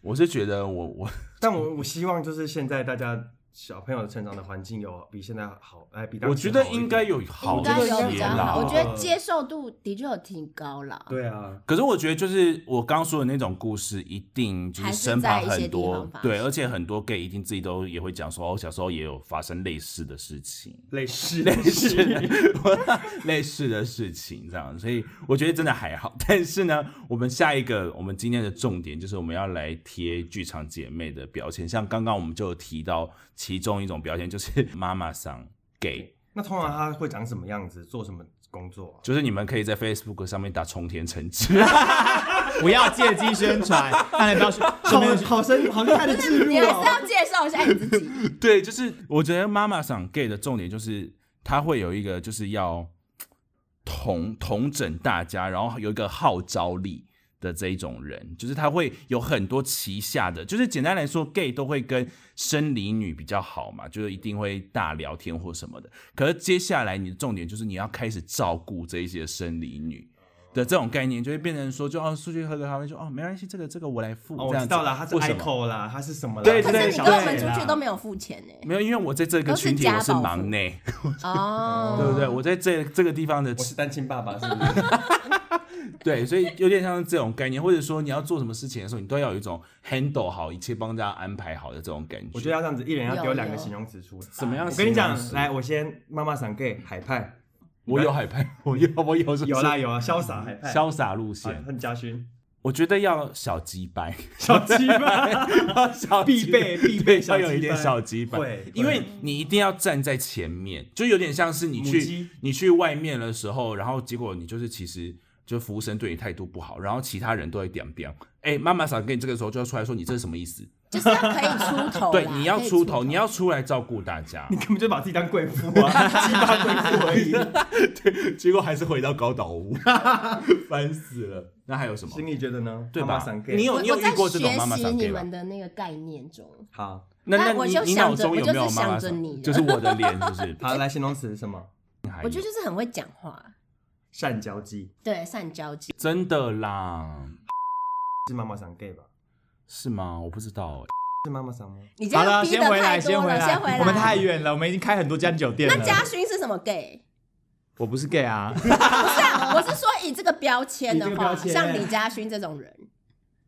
Speaker 1: 我是觉得我我
Speaker 2: 但我我希望就是现在大家小朋友成长的环境有比现在好，哎，比当
Speaker 1: 我
Speaker 2: 时
Speaker 1: 觉得
Speaker 2: 好一
Speaker 1: 应
Speaker 2: 点
Speaker 1: 该有好
Speaker 4: 应
Speaker 1: 一
Speaker 4: 该有比
Speaker 1: 些
Speaker 4: 较
Speaker 1: 啦。
Speaker 4: 好，我觉得接受度的确有提高啦。
Speaker 2: 对啊，
Speaker 1: 可是我觉得，就是我刚说的那种故事，一定就是身旁
Speaker 4: 还是在一些
Speaker 1: 很
Speaker 4: 地方
Speaker 1: 多
Speaker 4: 发生
Speaker 1: 对，而且很多 gay 一定自己都也会讲说，哦，小时候也有发生类似的事情，
Speaker 2: 类似
Speaker 1: 类似的类似的事情这样，所以我觉得真的还好。但是呢，我们下一个，我们今天的重点就是我们要来贴剧场姐妹的标签，像刚刚我们就有提到其中一种标签就是妈妈桑 gay，
Speaker 2: 那通常他会长什么样子，做什么工作、啊？
Speaker 1: 就是你们可以在 Facebook 上面打冲田诚志。
Speaker 3: 不要借机宣 传，当然不要宣
Speaker 2: 好
Speaker 3: 传。
Speaker 2: 好深好厉害的植入
Speaker 4: 你还是
Speaker 2: 哦！
Speaker 4: 要介绍一下哎你自己，
Speaker 1: 对，就是我觉得妈妈桑 gay 的重点就是他会有一个就是要统统整大家，然后有一个号召力的这一种人，就是他会有很多旗下的，就是简单来说，gay 都会跟生理女比较好嘛，就是一定会大聊天或什么的。可是接下来你的重点就是你要开始照顾这一些生理女。的这种概念就会变成说，就哦，出去喝个咖啡，说哦，没关系，这个这个我来付，
Speaker 2: 哦，
Speaker 1: 这
Speaker 2: 我
Speaker 1: 样
Speaker 2: 知
Speaker 1: 子
Speaker 2: 道啦，他是
Speaker 1: 或什么
Speaker 2: echo 啦，他是什么啦？
Speaker 1: 对
Speaker 4: 可
Speaker 1: 对
Speaker 4: 是你
Speaker 1: 小
Speaker 4: 跟
Speaker 1: 姐
Speaker 4: 我们出去都没有付钱呢。
Speaker 1: 没有，因为我在这个
Speaker 4: 都是
Speaker 1: 群体
Speaker 4: 家
Speaker 1: 我是
Speaker 4: 暴妇
Speaker 1: 忙内，
Speaker 4: 哦，
Speaker 1: 对不对？我在这这个地方的
Speaker 2: 我是单亲爸爸，是不是？
Speaker 1: 对，所以有点像是这种概念，或者说你要做什么事情的时候，你都要有一种 handle 好，一切帮大家安排好的这种感觉。
Speaker 2: 我觉得要这样子，一人要
Speaker 4: 有
Speaker 2: 丢两个
Speaker 4: 有
Speaker 2: 形容词出来。
Speaker 1: 怎么样
Speaker 2: 我跟你讲
Speaker 1: 形容，词
Speaker 2: 来，我先妈妈赏 gay 海派，
Speaker 1: 我有海派，我有我有是不是
Speaker 2: 有啦有啊，潇洒海派，
Speaker 1: 潇洒路
Speaker 2: 啊
Speaker 1: 线，
Speaker 2: 恨家勋，
Speaker 1: 我觉得要小鸡 掰，
Speaker 2: 小鸡巴
Speaker 1: 小鸡
Speaker 2: 必备必备小
Speaker 1: 要
Speaker 2: 鸡掰，
Speaker 1: 有一点小鸡掰
Speaker 2: 会，
Speaker 1: 因为你一定要站在前面，就有点像是你
Speaker 2: 母
Speaker 1: 去
Speaker 2: 鸡
Speaker 1: 你去外面的时候，然后结果你就是其实就服务生对你态度不好，然后其他人都会点点，哎、妈妈想跟你这个时候就要出来说你这是什么意思？
Speaker 4: 就是要可以出头啦。
Speaker 1: 对，你要
Speaker 4: 可以
Speaker 1: 出头，
Speaker 4: 头，
Speaker 1: 你要出来照顾大家
Speaker 2: 你，根本就把自己当贵妇啊， 鸡巴贵妇而已。
Speaker 1: 结果还是回到高岛屋， 烦死了。那还有什么？
Speaker 2: 心里觉得呢？
Speaker 1: 对吧
Speaker 2: 妈妈赏？gay，
Speaker 1: 你有
Speaker 4: 我
Speaker 1: 你有
Speaker 4: 我
Speaker 1: 遇
Speaker 4: 在
Speaker 1: 过这种妈妈
Speaker 4: 学习
Speaker 1: 桑
Speaker 4: 你
Speaker 1: gay 吧
Speaker 4: 们？的那个概念中，
Speaker 2: 好？
Speaker 1: 那
Speaker 4: 那
Speaker 1: 那
Speaker 4: 我
Speaker 1: 你
Speaker 4: 就
Speaker 1: 你
Speaker 4: 想
Speaker 1: 脑
Speaker 4: 着
Speaker 1: 中
Speaker 4: 我
Speaker 1: 有
Speaker 4: 就
Speaker 1: 没有
Speaker 4: 是
Speaker 1: 妈妈
Speaker 4: 想着
Speaker 1: 桑
Speaker 4: 你的
Speaker 1: 就是我的脸，是不 是
Speaker 2: 好，来形容词是什么？
Speaker 1: 还有
Speaker 4: 我觉得就是很会讲话，
Speaker 2: 善交际
Speaker 4: 对，善交际。
Speaker 1: 真的啦，
Speaker 2: 是妈妈赏 gay 吧？
Speaker 1: 是吗？我不知道欸，
Speaker 2: 是妈妈赏吗？
Speaker 4: 你这
Speaker 3: 好
Speaker 4: 样
Speaker 3: 了，
Speaker 4: 逼
Speaker 3: 先
Speaker 4: 得
Speaker 3: 回
Speaker 4: 太
Speaker 3: 来，
Speaker 4: 多
Speaker 3: 回
Speaker 4: 了，
Speaker 3: 来，
Speaker 4: 先回来。
Speaker 3: 我们太远了，我们已经开很多家酒
Speaker 2: 啊
Speaker 3: 店了。
Speaker 4: 那嘉勋是什么 gay？
Speaker 3: 我不是 gay 啊，
Speaker 4: 不是啊，我是说以这个标签
Speaker 2: 以这
Speaker 4: 的
Speaker 2: 个
Speaker 4: 话，
Speaker 2: 标签
Speaker 4: 像李嘉勋这 种人，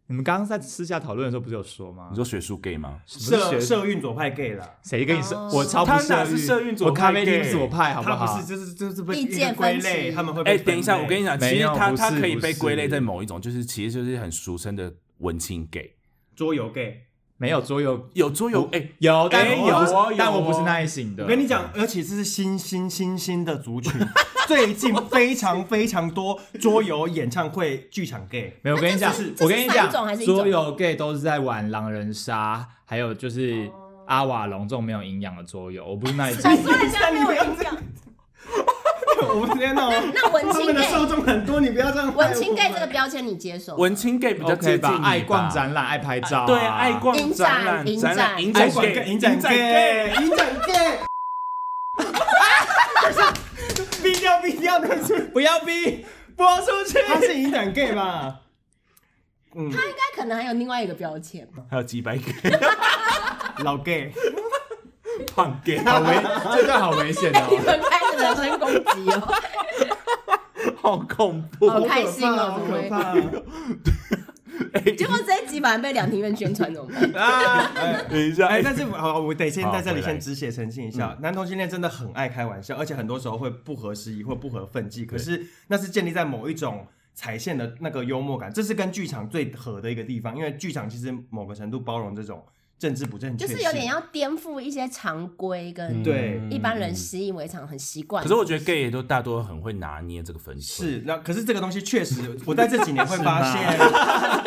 Speaker 3: 你们刚刚在私下讨论的时候不是有说吗
Speaker 1: 你？说学术 gay 吗？啊
Speaker 3: 不是
Speaker 2: 社
Speaker 3: 学
Speaker 2: 社运左派 gay 啦，
Speaker 3: 谁跟你说
Speaker 4: 哦
Speaker 3: 我超不
Speaker 1: 他哪
Speaker 3: 社
Speaker 1: 是社运左
Speaker 3: 我
Speaker 1: 派
Speaker 3: 咖啡
Speaker 1: gay
Speaker 3: 厅左派，好
Speaker 2: 他
Speaker 3: 好？
Speaker 2: 不是就是就是被
Speaker 4: 意见
Speaker 2: 一个归
Speaker 4: 分
Speaker 2: 类，
Speaker 4: 歧
Speaker 2: 他们会
Speaker 1: 哎、
Speaker 2: 被
Speaker 1: 等一下，
Speaker 2: 分类
Speaker 1: 我跟你讲，其
Speaker 3: 没
Speaker 1: 实
Speaker 3: 有
Speaker 1: 他
Speaker 3: 不
Speaker 1: 他
Speaker 3: 是
Speaker 1: 可以
Speaker 3: 不
Speaker 1: 被归类
Speaker 3: 是
Speaker 1: 在某一种，就是其实就是很俗称的文青 gay，
Speaker 2: 桌游 gay。
Speaker 3: 没有桌游
Speaker 1: 有桌游哎、
Speaker 3: 有，但
Speaker 1: 哎
Speaker 3: 我不是
Speaker 1: 有哦
Speaker 3: 但
Speaker 1: 有
Speaker 3: 我不是
Speaker 1: 哦
Speaker 3: 那一型的。
Speaker 2: 我跟你讲，而且这是新新新新的族群，最近非常非常多桌游演唱会剧场 gay。
Speaker 3: 没有，我跟你讲
Speaker 4: 那这是，
Speaker 3: 我跟你讲
Speaker 4: 这是三种还是，一种
Speaker 3: 桌游 gay 都是在玩狼人杀，还有就是阿瓦隆这种没有营养的桌游，我不是那一种。
Speaker 4: 突然间没有人讲。
Speaker 2: 我们天哪！
Speaker 4: 那文
Speaker 2: 啊他
Speaker 4: 青
Speaker 2: 们的
Speaker 4: gay，
Speaker 2: 受众很多，你不要这样害我。
Speaker 4: 文青 gay 这个标签你接受吗？
Speaker 1: 文青 gay 比较
Speaker 3: OK
Speaker 1: 接近
Speaker 3: 吧
Speaker 1: 你，吧
Speaker 3: 爱逛展览，爱拍照，啊
Speaker 1: 对，爱。逛
Speaker 4: 影
Speaker 1: 展
Speaker 4: 展
Speaker 1: 览、
Speaker 4: 影
Speaker 1: 展览、
Speaker 4: 展
Speaker 1: 影
Speaker 2: 爱
Speaker 1: 展
Speaker 2: 管
Speaker 1: gay、
Speaker 2: 哎影展 gay，影展 gay。逼掉逼掉，但是
Speaker 3: 不要逼，播出 去。
Speaker 2: 他是影展 gay 吧？嗯，
Speaker 4: 他应该可能还有另外一个标签吧？
Speaker 1: 还有几百 gay、
Speaker 2: 老 gay，
Speaker 1: 胖 gay，
Speaker 3: 好危，这段好危 险
Speaker 4: 你
Speaker 3: 哦。
Speaker 4: 们开始人身攻击 哦，
Speaker 1: 好恐怖！
Speaker 4: 好开心哦，
Speaker 2: 好
Speaker 4: 怎么
Speaker 2: 可
Speaker 4: 会？
Speaker 2: 怕！
Speaker 4: 结果这一集反而被两庭院宣传，怎么办？
Speaker 2: 啊，
Speaker 1: 等一下，
Speaker 2: 哎，
Speaker 1: 哎，
Speaker 2: 但是好，嗯我得先
Speaker 1: 好
Speaker 2: 在这里
Speaker 1: 回来
Speaker 2: 先止血澄清一下，男同性恋真的很爱开玩笑，而且很多时候会不合时宜或不合分际，可是那是建立在某一种。踩线的那个幽默感，这是跟剧场最合的一个地方，因为剧场其实某个程度包容这种政治不正确
Speaker 4: 就
Speaker 2: 性，
Speaker 4: 是有点要颠覆一些常规跟
Speaker 2: 对
Speaker 4: 一般人习以为常、很习惯。
Speaker 1: 可是我觉得 gay 也都大多很会拿捏这个分寸。
Speaker 2: 是，那可是这个东西确实，我在这几年会发现，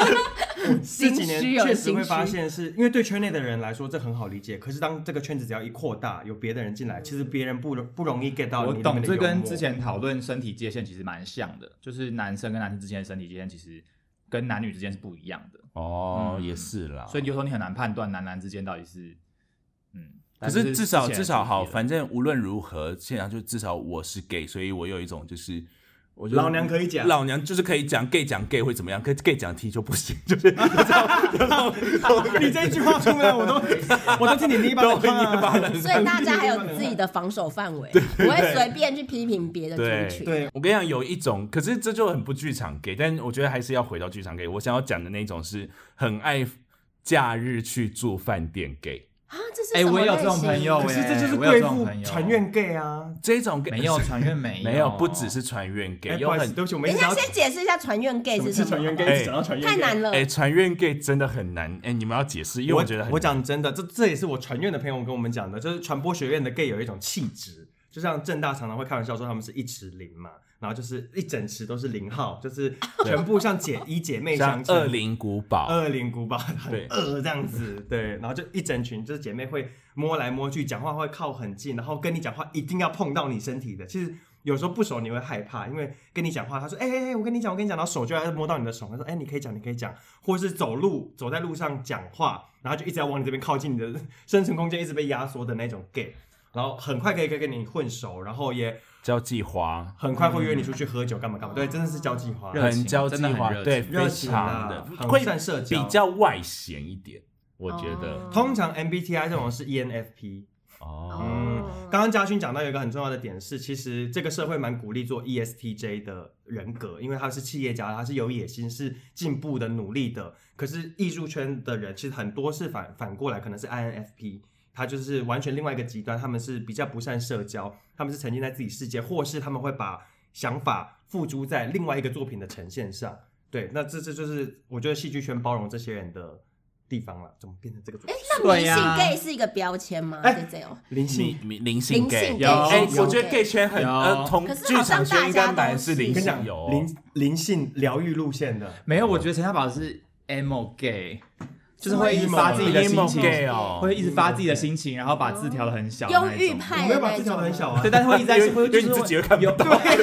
Speaker 2: 这几年
Speaker 4: 心虚有哦
Speaker 2: 确实会
Speaker 4: 心
Speaker 2: 发
Speaker 4: 虚
Speaker 2: 现是，因为对圈内的人来说这很好理解，可是当这个圈子只要一扩大，有别的人进来，其实别人不容不容易 get 到
Speaker 3: 我
Speaker 2: 你里面
Speaker 3: 懂，
Speaker 2: 的
Speaker 3: 这
Speaker 2: 幽
Speaker 3: 跟
Speaker 2: 默
Speaker 3: 之前讨论身体界限其实蛮像的，就是男生跟男生之间的身体界限其实跟男女之间是不一样的，
Speaker 1: 哦，
Speaker 3: 嗯
Speaker 1: 也是啦。
Speaker 3: 所以有时候你很难判断男男之间到底是，嗯，
Speaker 1: 可是至少
Speaker 3: 但是
Speaker 1: 至少好，
Speaker 3: 是
Speaker 1: 反正无论如何，现场就至少我是 gay，所以我有一种就是，我就
Speaker 2: 老娘可以讲
Speaker 1: 老娘就是可以讲 gay 讲 gay 会怎么样，可 gay 讲 T 就不行，就是 你知道，
Speaker 2: 你这一句话出来，我都我都替你捏把冷汗啊
Speaker 4: 所以大家还 有自己的防守范围，不会随便去批评别的
Speaker 1: 对
Speaker 4: 族群。
Speaker 2: 对，
Speaker 1: 我跟你讲，有一种，可是这就很不剧场 gay，但我觉得还是要回到剧场 gay。我想要讲的那种是很爱假日去住饭店 gay，
Speaker 4: 啊，这是
Speaker 3: 哎、
Speaker 4: 什么
Speaker 3: 我也有
Speaker 4: 类
Speaker 3: 这种
Speaker 4: 型
Speaker 3: 朋友、哎，
Speaker 2: 可是这就是
Speaker 3: 我有
Speaker 2: 贵
Speaker 3: 这种
Speaker 2: 妇
Speaker 3: 朋友
Speaker 2: 传院 gay 啊，
Speaker 1: 这种 gay
Speaker 3: 没有传阅没
Speaker 1: 没有，不只是船院 gay，
Speaker 2: 哎
Speaker 1: 有
Speaker 2: 不好意思
Speaker 1: 很
Speaker 2: 对不起，我们
Speaker 4: 等
Speaker 2: 一
Speaker 4: 一
Speaker 2: 直要
Speaker 4: 下，先解释一下船院 gay
Speaker 2: 什么
Speaker 4: 是
Speaker 2: 是
Speaker 4: 什
Speaker 2: 传
Speaker 4: 么
Speaker 2: 院，
Speaker 1: 哎
Speaker 2: gay，一直讲到传院 gay，
Speaker 4: 太难了。
Speaker 1: 哎，船院 gay 真的很难，哎，你们要解释，因为我觉得很
Speaker 2: 我讲真的，这这也是我传院的朋友跟我们讲的，就是传播学院的 gay 有一种气质，就像正大常常会开玩笑说他们是一池零嘛，然后就是一整池都是零号，就是全部像姐 一姐妹
Speaker 1: 像
Speaker 2: 相称
Speaker 1: 恶灵古堡，
Speaker 2: 二零古堡
Speaker 1: 对
Speaker 2: 很恶呃这样子，对，然后就一整群就是姐妹会摸来摸去，讲话会靠很近，然后跟你讲话一定要碰到你身体的。其实有时候不熟你会害怕，因为跟你讲话，她说哎哎哎，我跟你讲，我跟你讲，然后手就要摸到你的手，她说哎、你可以讲，你可以讲，或是走路走在路上讲话，然后就一直要往你这边靠近，你的生存空间一直被压缩的那种 gay，然后很快可以跟跟你混熟，然后也
Speaker 1: 交际花，
Speaker 2: 很快会约你出去喝酒干嘛干嘛，对，真的是交际花，
Speaker 3: 热情
Speaker 1: 嗯很交际
Speaker 3: 真的
Speaker 1: 化，
Speaker 3: 很热
Speaker 1: 对，
Speaker 3: 情
Speaker 1: 非
Speaker 2: 热情
Speaker 1: 常
Speaker 2: 啊
Speaker 1: 的
Speaker 2: 很
Speaker 1: 会
Speaker 2: 善社交
Speaker 1: 比较外显一点，我觉得
Speaker 4: 哦
Speaker 2: 通常 MBTI 这种是 E ENFP。
Speaker 1: 哦，
Speaker 2: 嗯，刚刚嘉勋讲到有一个很重要的点是，其实这个社会蛮鼓励做 E ESTJ 的人格，因为他是企业家，他是有野心、是进步的、努力的。可是艺术圈的人其实很多是反反过来，可能是 INFP，他就是完全另外一个极端，他们是比较不善社交，他们是沉浸在自己世界，或是他们会把想法付诸在另外一个作品的呈现上。对，那这这就是我觉得戏剧圈包容这些人的地方了。怎么变成这个主题
Speaker 4: 哎？，那迷
Speaker 3: 对
Speaker 4: 信
Speaker 3: 呀
Speaker 4: gay 是一个标签吗？
Speaker 2: 哎
Speaker 4: 是这样。
Speaker 2: 灵
Speaker 1: 你
Speaker 2: 性，
Speaker 1: 你灵性
Speaker 4: 灵性
Speaker 1: gay
Speaker 4: 有
Speaker 1: 哎，
Speaker 4: 有
Speaker 1: 我觉得 gay 圈很
Speaker 3: 有
Speaker 1: 呃，同
Speaker 4: 可是
Speaker 1: 剧
Speaker 4: 好像
Speaker 1: 场圈应
Speaker 4: 大
Speaker 1: 该
Speaker 4: 家
Speaker 1: 蛮
Speaker 4: 都
Speaker 1: 是
Speaker 4: 是
Speaker 1: 灵
Speaker 2: 跟
Speaker 1: 性
Speaker 2: 你讲
Speaker 1: 有哦，
Speaker 2: 灵灵性疗愈路线的，
Speaker 3: 没有，我觉得陈小宝是 emo gay，就是会一直
Speaker 2: emo
Speaker 3: 发自己的心
Speaker 1: emo
Speaker 3: 情
Speaker 1: gay 哦，
Speaker 3: 会一直发自己的心情，然后把字调的很小的
Speaker 4: 忧
Speaker 3: 那一
Speaker 4: 郁
Speaker 3: 种
Speaker 4: 派的
Speaker 2: 我没有把
Speaker 4: 那
Speaker 2: 字调
Speaker 4: 种
Speaker 2: 的很小
Speaker 4: 吗，
Speaker 2: 啊
Speaker 3: 对，，但是会一直在，
Speaker 1: 因为
Speaker 3: 会就是
Speaker 1: 因为 你自己
Speaker 3: 会
Speaker 1: 会看不
Speaker 3: 有
Speaker 1: 到
Speaker 2: 很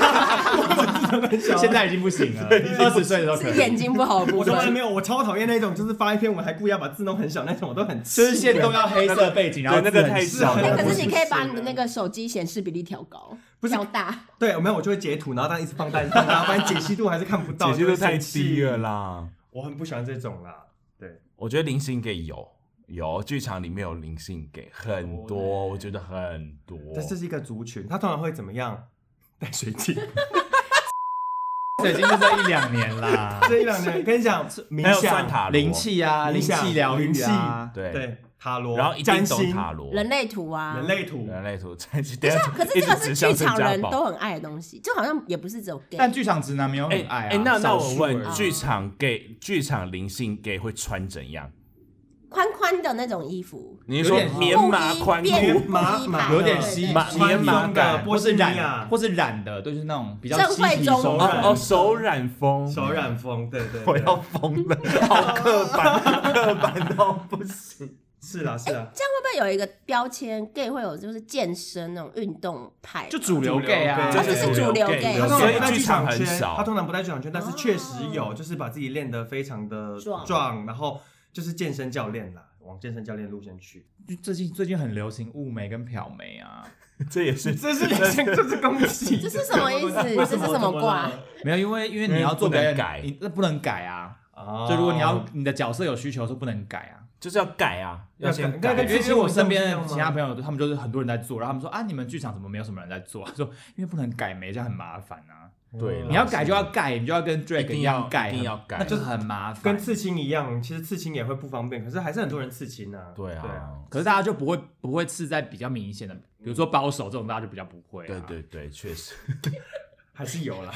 Speaker 2: 小啊
Speaker 3: 现在已经不行了，二十岁的时候可
Speaker 4: 是
Speaker 3: 以
Speaker 4: 眼。睛不好的部
Speaker 2: 我从来没
Speaker 4: 分。
Speaker 2: 有，我超讨厌那种，就是发一篇文还故意要把字弄很小那种，我都很气
Speaker 3: 就是现动要黑色背景，然后
Speaker 1: 对那个
Speaker 3: 字很
Speaker 1: 太
Speaker 3: 小
Speaker 1: 小了
Speaker 4: 哎，可是你可以把你的那个手机显示比例调高，
Speaker 2: 不是
Speaker 4: 调大。
Speaker 2: 对，没有，我就会截图，然后但一直放大，一直放大，不 然解析度还是看不到，
Speaker 1: 解析度
Speaker 2: 就会
Speaker 1: 太
Speaker 2: 生气
Speaker 1: 低了。啦。
Speaker 2: 我很不喜欢这种啦，对，
Speaker 1: 我觉得灵性 gay 有有剧场里面有灵性 gay 很多，我觉得很多，
Speaker 2: 但这是一个族群，他通常会怎么样？戴 水晶，
Speaker 3: 已经是这一两年啦。
Speaker 2: 这一两年跟你讲，冥
Speaker 1: 还有算
Speaker 2: 想、
Speaker 1: 塔罗
Speaker 3: 灵，气啊，
Speaker 2: 冥
Speaker 3: 灵
Speaker 2: 想
Speaker 3: 气疗愈啊，
Speaker 1: 对
Speaker 2: 对塔罗，
Speaker 1: 然后一定
Speaker 2: 占
Speaker 1: 懂
Speaker 2: 星、
Speaker 1: 塔罗，
Speaker 4: 人类图啊，
Speaker 2: 人类图，
Speaker 1: 人类图，可是
Speaker 4: 可是这个是剧场人都很爱的东西，就好像也不是只有 gay。
Speaker 3: 但剧场直男没有很爱啊。
Speaker 1: 哎那那
Speaker 3: 少数
Speaker 1: 我问
Speaker 3: 而，已
Speaker 1: 剧场 gay 剧场灵性 gay 会穿怎样？
Speaker 4: 宽宽的那种衣服，
Speaker 1: 你
Speaker 3: 有
Speaker 1: 是说
Speaker 3: 点
Speaker 1: 棉麻宽
Speaker 4: 便
Speaker 1: 裤
Speaker 2: 裤麻麻
Speaker 3: 有点吸
Speaker 1: 麻
Speaker 3: 吸
Speaker 1: 棉麻
Speaker 2: 宽松的
Speaker 1: 感
Speaker 2: 波
Speaker 3: 或
Speaker 2: 士
Speaker 3: 是
Speaker 2: 尼亚
Speaker 3: 染，或是染的，都是那种比较
Speaker 4: 正
Speaker 3: 嬉
Speaker 4: 会
Speaker 3: 皮
Speaker 4: 中
Speaker 3: 手
Speaker 2: 手
Speaker 3: 染
Speaker 2: 染
Speaker 1: 哦哦，手染风，
Speaker 2: 手染风，对对
Speaker 1: 我
Speaker 2: 对，
Speaker 1: 要疯 了，好刻板，刻板到不行。
Speaker 2: 是啦是啦，
Speaker 4: 这样会不会有一个标签？gay 会有就是健身那种运动派，
Speaker 3: 就主流 gay 啊，
Speaker 2: 就
Speaker 4: 哦这是主流 gay
Speaker 2: 他
Speaker 4: 有
Speaker 2: 通
Speaker 1: 所
Speaker 2: 常不
Speaker 1: 以
Speaker 2: 在
Speaker 1: 剧
Speaker 2: 剧
Speaker 1: 场
Speaker 2: 场
Speaker 1: 很
Speaker 2: 圈，他
Speaker 1: 少。
Speaker 2: 通常不在剧场圈，但是确实有，就是把自己练得非常的
Speaker 4: 哦壮
Speaker 2: 壮，然后就是健身教练啦，往健身教练路线去。
Speaker 3: 就最近最近很流行雾眉跟漂眉啊，
Speaker 1: 这也是
Speaker 2: 这是这是攻击，
Speaker 4: 这是什么意思？ 这
Speaker 2: 为
Speaker 4: 是
Speaker 2: 什么
Speaker 4: 什么卦？
Speaker 3: 没有，因为因为你要做
Speaker 1: 因为不能
Speaker 3: 表演
Speaker 1: 改
Speaker 3: 你那不能改啊。
Speaker 2: 啊
Speaker 3: 就如果你要
Speaker 4: 哦
Speaker 3: 你的角色有需求，是不能改啊。
Speaker 1: 就是要改啊，
Speaker 2: 要
Speaker 1: 要先改
Speaker 2: 改那。
Speaker 3: 因
Speaker 2: 跟
Speaker 3: 为因为我身边的
Speaker 2: 跟
Speaker 3: 其他朋友，他们就是很多人在做，然后他们说啊，你们剧场怎么没有什么人在做？ 说因为不能改眉，这样很麻烦啊。
Speaker 1: 对啦
Speaker 3: 你要改就要改，你就要跟 Drake
Speaker 1: 一定
Speaker 3: 一
Speaker 1: 要
Speaker 3: 样改，
Speaker 1: 一定要改
Speaker 3: 那就是很麻烦
Speaker 2: 跟。刺青一样，其实刺青也会不方便，可是还是很多人刺青啊。
Speaker 1: 对啊，，
Speaker 3: 可是大家就不会不会刺在比较明显的，比如说包手这种，大家就比较不会、啊。
Speaker 1: 对对对，确实。，
Speaker 2: 还是有啦。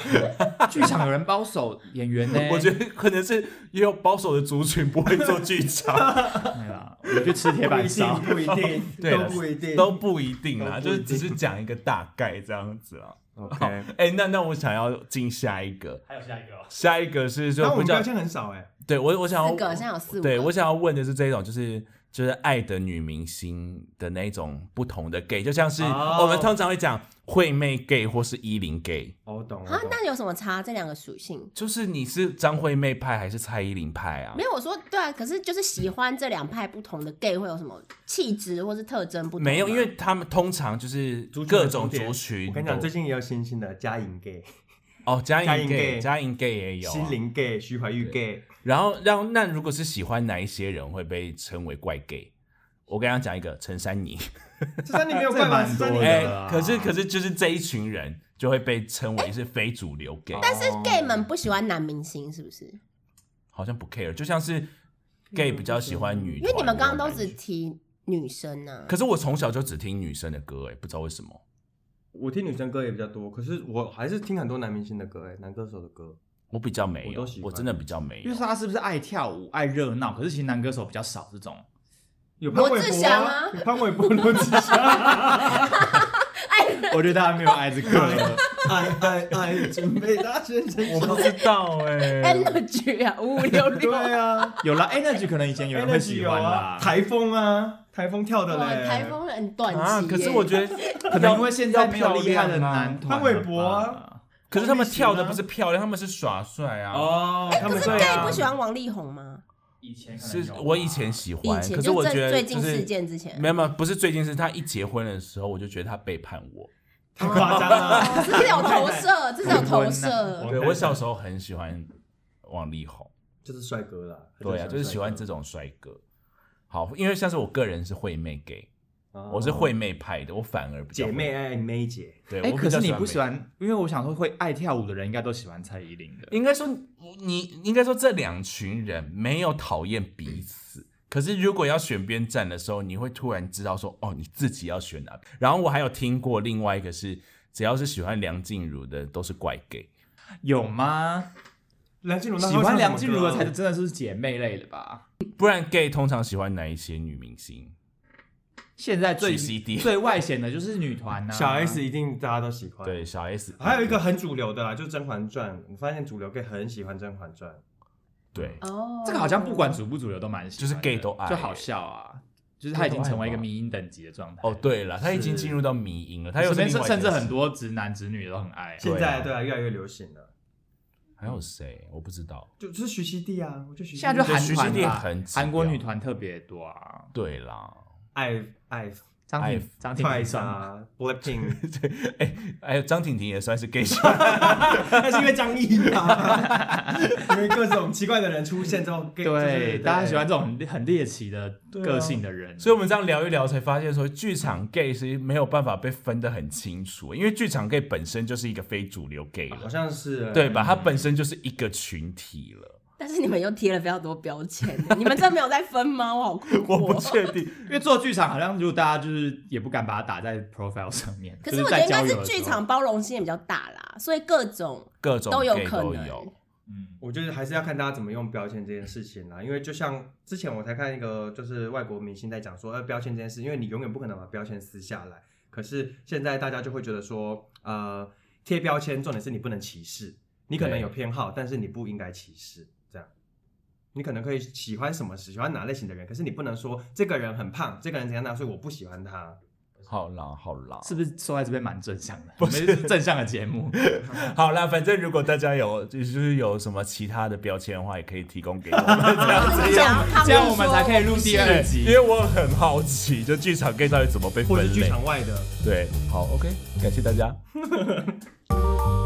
Speaker 3: 剧场有人包手演员呢
Speaker 1: 我觉得可能是也有保守的族群不会做剧场，
Speaker 3: 对啦，哎我去吃铁板烧。
Speaker 2: 不一定，
Speaker 1: 对
Speaker 2: 都不一 定，
Speaker 1: 都不一定啦，
Speaker 2: 都
Speaker 1: 就
Speaker 2: 不一
Speaker 1: 是
Speaker 2: 定
Speaker 1: 只是讲一个大概这样子啦。
Speaker 2: OK。
Speaker 1: 哎、那那我想要进下一个，
Speaker 3: 还有下一个、哦，
Speaker 1: 下一个是
Speaker 2: 那
Speaker 1: 就
Speaker 2: 我
Speaker 1: 比
Speaker 2: 们
Speaker 1: 较
Speaker 2: 标签很少哎，
Speaker 1: 对我我想要
Speaker 4: 四个，现在有四五
Speaker 1: 对我
Speaker 4: 个，
Speaker 1: 想要问的是这种，就是就是爱的女明星的那种不同的 gay，就像是
Speaker 2: 哦
Speaker 1: 我们通常会讲惠妹 gay 或是依林 gay，
Speaker 2: 哦我懂我
Speaker 4: 啊
Speaker 2: 懂，
Speaker 4: 那有什么差？这两个属性
Speaker 1: 就是你是张惠妹派还是蔡依林派啊
Speaker 4: 没？有？我说对啊，可是就是喜欢这两派不同的 gay 会有什么气质或是特征不同吗？
Speaker 1: 没有，因为他们通常就是
Speaker 2: 族群的
Speaker 1: 各种
Speaker 2: 重叠
Speaker 1: 族群都。
Speaker 2: 我跟你讲，最近也有新兴的嘉颖 gay、
Speaker 1: 哦，嘉
Speaker 2: 嘉
Speaker 1: 颖
Speaker 2: 颖
Speaker 1: gay，
Speaker 2: gay
Speaker 1: 嘉颖 gay 也有啊、
Speaker 2: 心灵 gay、徐怀钰 gay，
Speaker 1: 然后让那如果是喜欢哪一些人会被称为怪 gay？我跟大家讲一个陈珊妮，
Speaker 2: 这三年没有办法，
Speaker 3: 这
Speaker 2: 这
Speaker 3: 蛮
Speaker 2: 三
Speaker 3: 多的
Speaker 1: 哎、
Speaker 2: 年
Speaker 3: 啊
Speaker 1: 可是可是就是这一群人就会被称为是非主流 gay，、
Speaker 4: 但
Speaker 2: 哦
Speaker 4: 是 gay 们不喜欢男明星是不是？
Speaker 1: 好像不 care，就像是 gay 比较喜欢女团，
Speaker 4: 嗯因为你们刚刚都
Speaker 1: 我
Speaker 4: 只
Speaker 1: 感觉，
Speaker 4: 提女生啊呢、
Speaker 1: 可是我从小就只听女生的歌、哎，不知道为什么。
Speaker 2: 我听女生歌也比较多，可是我还是听很多男明星的歌哎，男歌手的歌。
Speaker 1: 我比较没有，
Speaker 2: 我
Speaker 1: 我
Speaker 2: 都喜欢
Speaker 1: 真的比较没
Speaker 3: 因
Speaker 1: 有
Speaker 3: 为。他是不是爱跳舞、爱热闹？可是其实男歌手比较少这种。
Speaker 2: 有
Speaker 4: 潘玮柏罗志祥啊
Speaker 2: 有潘玮柏、罗志祥，
Speaker 3: 我觉得大家没有爱这 个。
Speaker 2: 爱爱爱，准备大学生。
Speaker 1: 不知道哎、
Speaker 4: Energy 啊，五五六六，
Speaker 2: 对啊，
Speaker 3: 有啦，Energy 可能以前有人会喜欢啦
Speaker 2: 啊，，台风啊，台风跳的
Speaker 4: 哇，
Speaker 2: 嘞，
Speaker 4: 台风很短期、耶
Speaker 1: 啊，可是我觉得，
Speaker 3: 可能因为现在没有厉害的男团了吧。
Speaker 2: 潘玮柏啊
Speaker 1: 可是他们跳的不是漂亮，他们是耍帅啊。
Speaker 2: 哦，他
Speaker 4: 可
Speaker 2: 们
Speaker 4: 是
Speaker 2: 对
Speaker 4: gay
Speaker 2: 啊
Speaker 4: 不，喜欢王力宏吗？
Speaker 3: 以前可能
Speaker 1: 是
Speaker 3: 有吧
Speaker 1: 我以前喜
Speaker 4: 以
Speaker 1: 欢，
Speaker 4: 前
Speaker 1: 可是我
Speaker 4: 这
Speaker 1: 觉得
Speaker 4: 最
Speaker 1: 就
Speaker 4: 近
Speaker 1: 是
Speaker 4: 事件之前，
Speaker 1: 没有没有，不是最近是他一结婚的时候，我就觉得他背叛我。
Speaker 2: 太夸张 了。
Speaker 4: 哦这是有 投射，这是有投
Speaker 2: 王
Speaker 3: 哦
Speaker 4: 射。
Speaker 1: 对
Speaker 2: 丹
Speaker 1: 我小时候很喜欢王力宏，
Speaker 2: 就是帅哥啦，
Speaker 1: 对啊，就是喜欢这
Speaker 2: 种。
Speaker 1: 种帅哥。好，因为像是我个人是惠妹 gay，我是惠妹派的，我反而比较
Speaker 2: 哦姐
Speaker 1: 会
Speaker 2: 妹，爱妹姐，
Speaker 1: 对，
Speaker 3: 哦哎，
Speaker 1: 我比
Speaker 3: 可
Speaker 1: 较
Speaker 3: 是你不喜
Speaker 1: 妹。
Speaker 3: 欢，因为我想说会爱跳舞的人应该都喜欢蔡依林的。
Speaker 1: 应该说你应该说这两群人没有讨厌彼此。可是，如果要选边站的时候，你会突然知道说，哦，你自己要选哪。然后我还有听过另外一个是，只要是喜欢梁静茹的都是怪 gay。
Speaker 3: 有吗？
Speaker 2: 梁静茹
Speaker 3: 喜欢梁静茹的才
Speaker 2: 啊
Speaker 3: 是真的是姐妹类的吧？
Speaker 1: 不然 gay 通常喜欢哪一些女明星？
Speaker 3: 现在最
Speaker 1: GCD
Speaker 3: 最外显的就是女团呐，啊
Speaker 2: 小 S 一定大家都喜欢。
Speaker 1: 对，，小 S。
Speaker 2: 还有一个很主流的啦，就是《甄嬛传》，我发现主流 gay 很喜欢《甄嬛传》。
Speaker 1: 对，
Speaker 4: 哦，
Speaker 3: 这个好像不管主不主流都蛮喜欢的，
Speaker 1: 就是 gay 都爱
Speaker 3: 就好笑啊，就是他已经成为一个迷音等级的状态。
Speaker 1: 哦，，对了，他已经进入到迷音了，他有
Speaker 3: 有甚甚至很，多直男直女都很爱啊。
Speaker 2: 现在对啊，越来越流行了，
Speaker 1: 还有谁我不知道。
Speaker 2: 就就是徐熙娣啊，我就徐熙娣
Speaker 3: 现在就韩
Speaker 1: 对徐熙
Speaker 3: 团
Speaker 1: 娣
Speaker 3: 吧
Speaker 1: 很指啊标
Speaker 3: 韩国女团特别多啊，
Speaker 1: 对啦，
Speaker 2: 爱爱
Speaker 3: 张
Speaker 1: 哎
Speaker 3: 庭张庭
Speaker 2: Twice
Speaker 3: 算吗
Speaker 2: 啊，Blackpink，
Speaker 1: 还有张婷婷也算是 gay 秀，
Speaker 2: 那是因为张译啊，因为各种奇怪的人出现之后，gay- 就 是
Speaker 3: 对，大家喜欢这种很很猎奇的个性的人，
Speaker 1: 所以我们这样聊一聊，才发现说剧场 gay 是没有办法被分得很清楚，因为剧场 gay 本身就是一个非主流 gay
Speaker 2: 好
Speaker 1: 了，
Speaker 2: 像是
Speaker 1: 对吧？它本身就是一个群体了，
Speaker 4: 但是你们又贴了非常多标签， 你们真的没有在分吗？我好困惑。
Speaker 1: 我不确定。
Speaker 3: 因为做剧场好像如果大家就是也不敢把它打在 profile 上面，
Speaker 4: 可
Speaker 3: 就是是
Speaker 4: 我觉得
Speaker 3: 在
Speaker 4: 应该
Speaker 3: 交友
Speaker 4: 是
Speaker 3: 的时候
Speaker 4: 剧，场包容性也比较大啦，所以 各种
Speaker 1: 各种
Speaker 4: 都有
Speaker 1: gay
Speaker 4: 可
Speaker 1: 都
Speaker 4: 能
Speaker 1: 有，
Speaker 3: 嗯，
Speaker 2: 我觉得还是要看大家怎么用标签这件事情啦，因为就像之前我才看一个就是外国明星在讲说，呃，标签这件事，因为你永远不可能把标签撕下来。可是现在大家就会觉得说，呃，贴标签重点是你不能歧视，你可能
Speaker 1: 对
Speaker 2: 有偏好，但是你不应该歧视，这样。你可能可以喜欢什么，喜欢哪类型的人，可是你不能说这个人很胖，这个人怎样怎样，所以我不喜欢他。
Speaker 1: 好啦好啦，
Speaker 3: 是不是说在这边蛮正向的？我们是正向的节目，
Speaker 1: 好啦，反正如果大家有就是有什么其他的标签的话，也可以提供给我 们。这样
Speaker 4: 就是想要抗
Speaker 3: 这
Speaker 4: 议
Speaker 3: 样我们才可以
Speaker 4: 说
Speaker 3: 录
Speaker 4: 不是
Speaker 3: 第二
Speaker 1: 因
Speaker 3: 集。
Speaker 1: 为我很好奇，就剧场 gay 到底怎么被
Speaker 2: 或
Speaker 1: 分
Speaker 2: 者是剧
Speaker 1: 类？
Speaker 2: 场外的，
Speaker 1: 对，好，OK，感谢大家。